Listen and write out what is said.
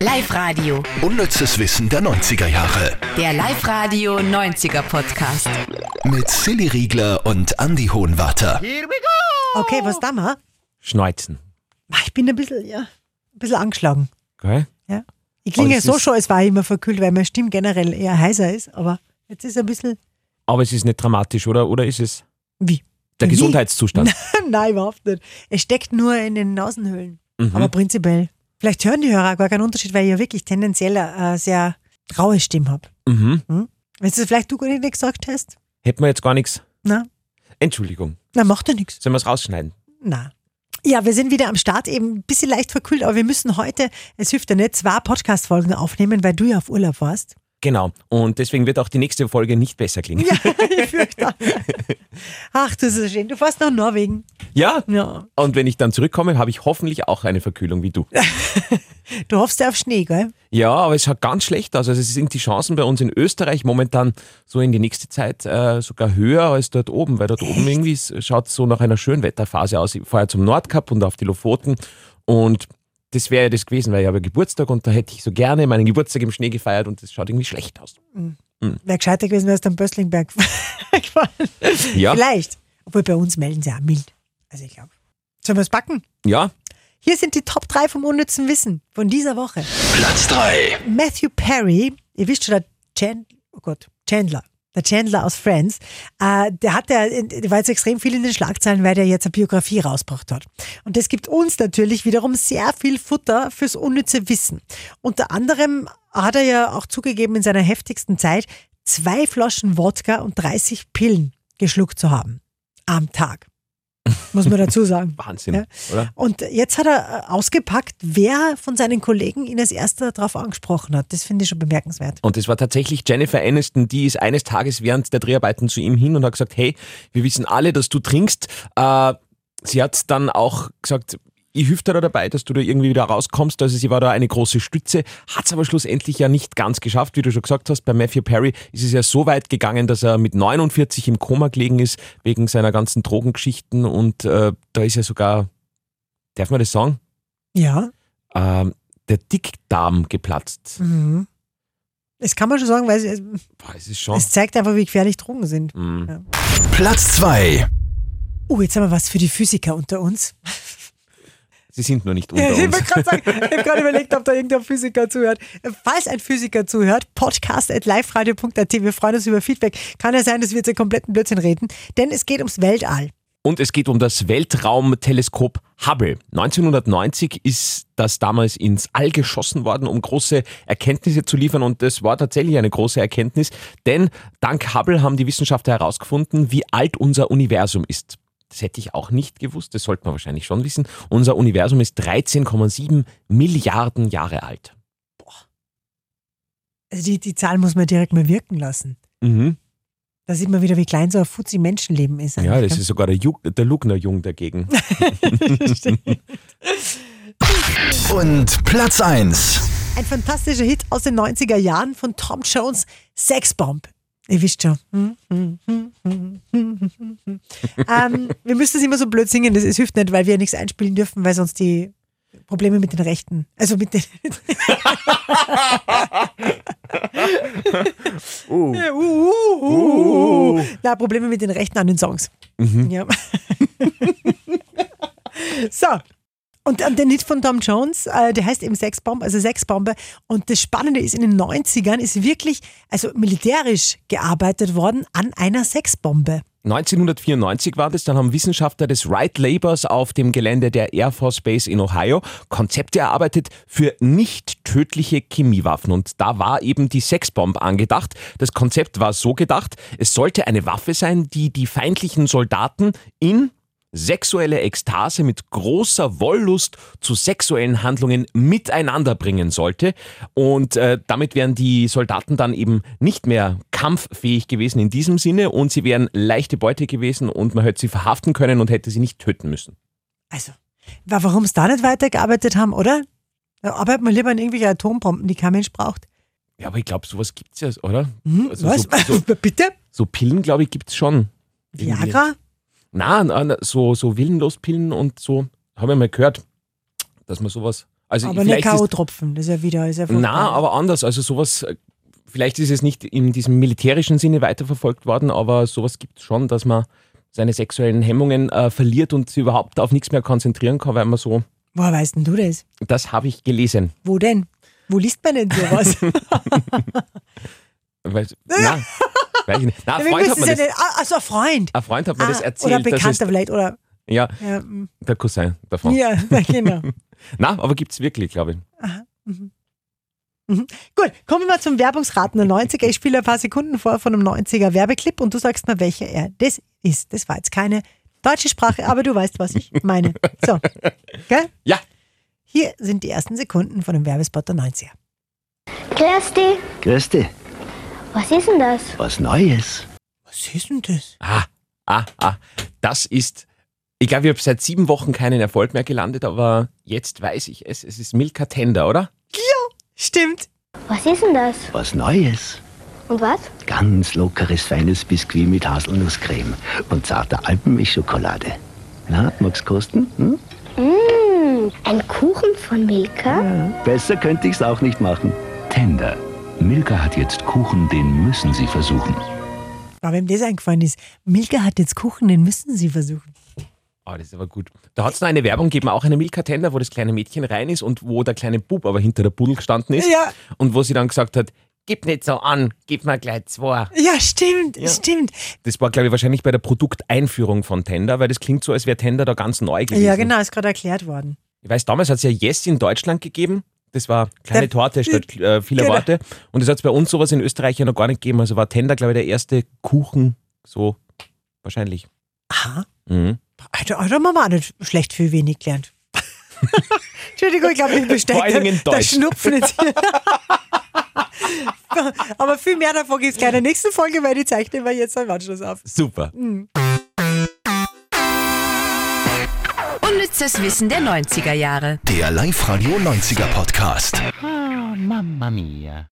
Live-Radio. Unnützes Wissen der 90er Jahre. Der Live-Radio 90er Podcast. Mit Silly Riegler und Andy Hohenwater. Okay, was da mal? Schneuzen. Ich bin ein bisschen, ja, ein bisschen angeschlagen. Gell? Ja. Ich Aber klinge es so ist- schon, als war ich immer verkühlt, weil meine Stimme generell eher heiser ist, aber jetzt ist ein bisschen Aber es ist nicht dramatisch, oder? Oder ist es? wie. Der Wie? Gesundheitszustand. Nein, überhaupt nicht. Es steckt nur in den Nasenhöhlen. Mhm. Aber prinzipiell. Vielleicht hören die Hörer auch gar keinen Unterschied, weil ich ja wirklich tendenziell eine äh, sehr raue Stimme habe. Mhm. Wenn du das vielleicht du gar nicht gesagt hast, Hätten wir jetzt gar nichts. na, Entschuldigung. na macht ja nichts. Sollen wir es rausschneiden? Na. Ja, wir sind wieder am Start, eben ein bisschen leicht verkühlt, aber wir müssen heute, es hilft ja nicht, zwei Podcast-Folgen aufnehmen, weil du ja auf Urlaub warst. Genau. Und deswegen wird auch die nächste Folge nicht besser klingen. Ja. Ich fürchte. Ach, das ist so schön. Du fährst nach Norwegen. Ja. Und wenn ich dann zurückkomme, habe ich hoffentlich auch eine Verkühlung wie du. Du hoffst ja auf Schnee, gell? Ja, aber es schaut ganz schlecht aus. Also es sind die Chancen bei uns in Österreich momentan so in die nächste Zeit äh, sogar höher als dort oben, weil dort oben irgendwie schaut es so nach einer Schönwetterphase aus. Ich fahre ja zum Nordkap und auf die Lofoten und das wäre ja das gewesen, weil ich habe ja Geburtstag und da hätte ich so gerne meinen Geburtstag im Schnee gefeiert und das schaut irgendwie schlecht aus. Wäre gescheiter gewesen, wärst du am Böslingberg gefahren. Ja, Vielleicht. Obwohl bei uns melden sie auch mild. Also ich glaube. Sollen wir es backen? ja. Hier sind die Top 3 vom unnützen Wissen von dieser Woche. Platz 3. Matthew Perry, ihr wisst schon, der Chandler, oh Gott, Chandler, der Chandler aus Friends, äh, der hat ja, in- der war jetzt extrem viel in den Schlagzeilen, weil der jetzt eine Biografie rausgebracht hat. Und das gibt uns natürlich wiederum sehr viel Futter fürs unnütze Wissen. Unter anderem hat er ja auch zugegeben, in seiner heftigsten Zeit zwei Flaschen Wodka und 30 Pillen geschluckt zu haben. Am Tag. Muss man dazu sagen. Wahnsinn, Ja. oder? Und jetzt hat er äh, ausgepackt, wer von seinen Kollegen ihn als erster darauf angesprochen hat. Das finde ich schon bemerkenswert. Und es war tatsächlich Jennifer Aniston, die ist eines Tages während der Dreharbeiten zu ihm hin und hat gesagt, hey, wir wissen alle, dass du trinkst. Äh, sie hat dann auch gesagt, ich hilft dir da dabei, dass du da irgendwie wieder rauskommst. Also sie war da eine große Stütze, hat es aber schlussendlich ja nicht ganz geschafft. Wie du schon gesagt hast, bei Matthew Perry ist es ja so weit gegangen, dass er mit 49 im Koma gelegen ist, wegen seiner ganzen Drogengeschichten. Und äh, da ist ja sogar, darf man das sagen, Ja. äh, der Dickdarm geplatzt. Mhm. Das kann man schon sagen, weil es, Boah, es ist schon... es zeigt einfach, wie gefährlich Drogen sind. Mm. Platz 2. Oh, jetzt haben wir was für die Physiker unter uns. Sie sind nur nicht unter ich uns. wollte gerade sagen, ich habe gerade überlegt, ob da irgendein Physiker zuhört. Falls ein Physiker zuhört, podcast at liveradio.at. Wir freuen uns über Feedback. Kann ja sein, dass wir jetzt einen kompletten Blödsinn reden, denn es geht ums Weltall. Und es geht um das Weltraumteleskop Hubble. 1990 ist das damals ins All geschossen worden, um große Erkenntnisse zu liefern. Und es war tatsächlich eine große Erkenntnis, denn dank Hubble haben die Wissenschaftler herausgefunden, wie alt unser Universum ist. Das hätte ich auch nicht gewusst, das sollte man wahrscheinlich schon wissen. Unser Universum ist 13,7 Milliarden Jahre alt. Also die, die Zahl muss man direkt mal wirken lassen. Mhm. Da sieht man wieder, wie klein so ein Fuzzi Menschenleben ist. Ja, das ist sogar der, Ju der Lugner Jung dagegen. Und Platz 1. Ein fantastischer Hit aus den 90er Jahren von Tom Jones, Sexbomb. Ihr wisst schon. ähm, wir müssen es immer so blöd singen, das, es hilft nicht, weil wir nichts einspielen dürfen, weil sonst die Probleme mit den Rechten, also mit den... Ja, uh, uh, uh, Mhm. uh. Na, Probleme mit den Rechten an den Songs. Ja. so, und, und der Hit von Tom Jones, äh, der heißt eben Sexbombe, also Sexbombe. Und das Spannende ist, in den 90ern ist wirklich, also militärisch gearbeitet worden an einer Sexbombe. 1994 war das, dann haben Wissenschaftler des Wright Labors auf dem Gelände der Air Force Base in Ohio Konzepte erarbeitet für nicht tödliche Chemiewaffen. Und da war eben die Sexbomb angedacht. Das Konzept war so gedacht, es sollte eine Waffe sein, die die feindlichen Soldaten in sexuelle Ekstase mit großer Wollust zu sexuellen Handlungen miteinander bringen sollte. Und äh, damit wären die Soldaten dann eben nicht mehr kampffähig gewesen in diesem Sinne und sie wären leichte Beute gewesen und man hätte sie verhaften können und hätte sie nicht töten müssen. Also, wa- warum sie da nicht weitergearbeitet haben, oder? Da arbeitet man lieber an irgendwelche Atombomben, die kein Mensch braucht. Ja, aber ich glaube, sowas gibt's ja, oder? Hm, Also was? So, so, Bitte? so Pillen, glaube ich, gibt's schon. Irgendwie. Viagra? Na, na, na, so, so Willenlospillen und so, habe ich mal gehört, dass man sowas Also Aber nicht vielleicht ist, K.O.-Tropfen, das ist ja wieder. Ist ja na, furchtbar. aber anders. Also sowas, äh, vielleicht ist es nicht in diesem militärischen Sinne weiterverfolgt worden, aber sowas gibt es schon, dass man seine sexuellen Hemmungen äh, verliert und sie überhaupt auf nichts mehr konzentrieren kann, weil man so, Woher weißt denn du das? das habe ich gelesen. Wo denn? Wo liest man denn sowas? Weil, na, weiß ich nicht. Na, ein Wir Freund hat müssen mir es ja das, nicht. Ah, also ein Freund. ein Freund hat mir das Ah, erzählt. oder ein dass es, Bekannter vielleicht. Oder, ja, ja, mm, der Cousin davon. ja, genau. Na, aber gibt es wirklich, glaube ich. Gut, kommen wir mal zum Werbungsraten der 90er. Ich spiele ein paar Sekunden vor von einem 90er Werbeclip und du sagst mir, welcher er das ist. Das war jetzt keine deutsche Sprache, aber du weißt, was ich meine. So, gell? Ja, Hier sind die ersten Sekunden von dem Werbespot der 90er. Grüß dich. Grüß dich, Was ist denn das? was Neues? Was ist denn das? Ah, ah, ah. Das ist. Ich glaube, ich habe seit sieben Wochen keinen Erfolg mehr gelandet, aber jetzt weiß ich es. Es ist Milka Tender, oder? Stimmt. Was ist denn das? Was Neues? Und was? Ganz lockeres, feines Biskuit mit Haselnusscreme und zarter Alpenmilchschokolade. Na, magst kosten? Hm? Mmh, ein Kuchen von Milka? Besser könnte ich's auch nicht machen. Tender. Milka hat jetzt Kuchen, den müssen Sie versuchen. Aber wem das eingefallen ist, Milka hat jetzt Kuchen, den müssen sie versuchen. Oh, das ist aber gut. Da hat es noch eine Werbung gegeben, auch eine Milka Tender, wo das kleine Mädchen rein ist und wo der kleine Bub aber hinter der Pudel gestanden ist. Ja. Und wo sie dann gesagt hat, gib nicht so an, gib mir gleich zwei. Ja, stimmt, stimmt. Das war, glaube ich, wahrscheinlich bei der Produkteinführung von Tender, weil das klingt so, als wäre Tender da ganz neu gewesen. Ja, genau, ist gerade erklärt worden. Ich weiß, damals hat es ja Yes in Deutschland gegeben. Das war kleine Der- Torte statt äh, vieler Genau. Worte. Und es hat es bei uns sowas in Österreich ja noch gar nicht gegeben. Also war Tender, glaube ich, der erste Kuchen, so wahrscheinlich. Aha. Mhm. Alter, Alter, Mama, nicht schlecht viel wenig gelernt. Entschuldigung, ich glaube, ich Vor allen Dingen in bestecke da Deutsch. Schnupfen jetzt. Aber viel mehr davon gibt es in der nächsten Folge, weil die zeichnen wir jetzt am Anschluss auf. Hm. Super. Unnützes Wissen der 90er Jahre. Der Live-Radio 90er Podcast. Ah, Mamma mia.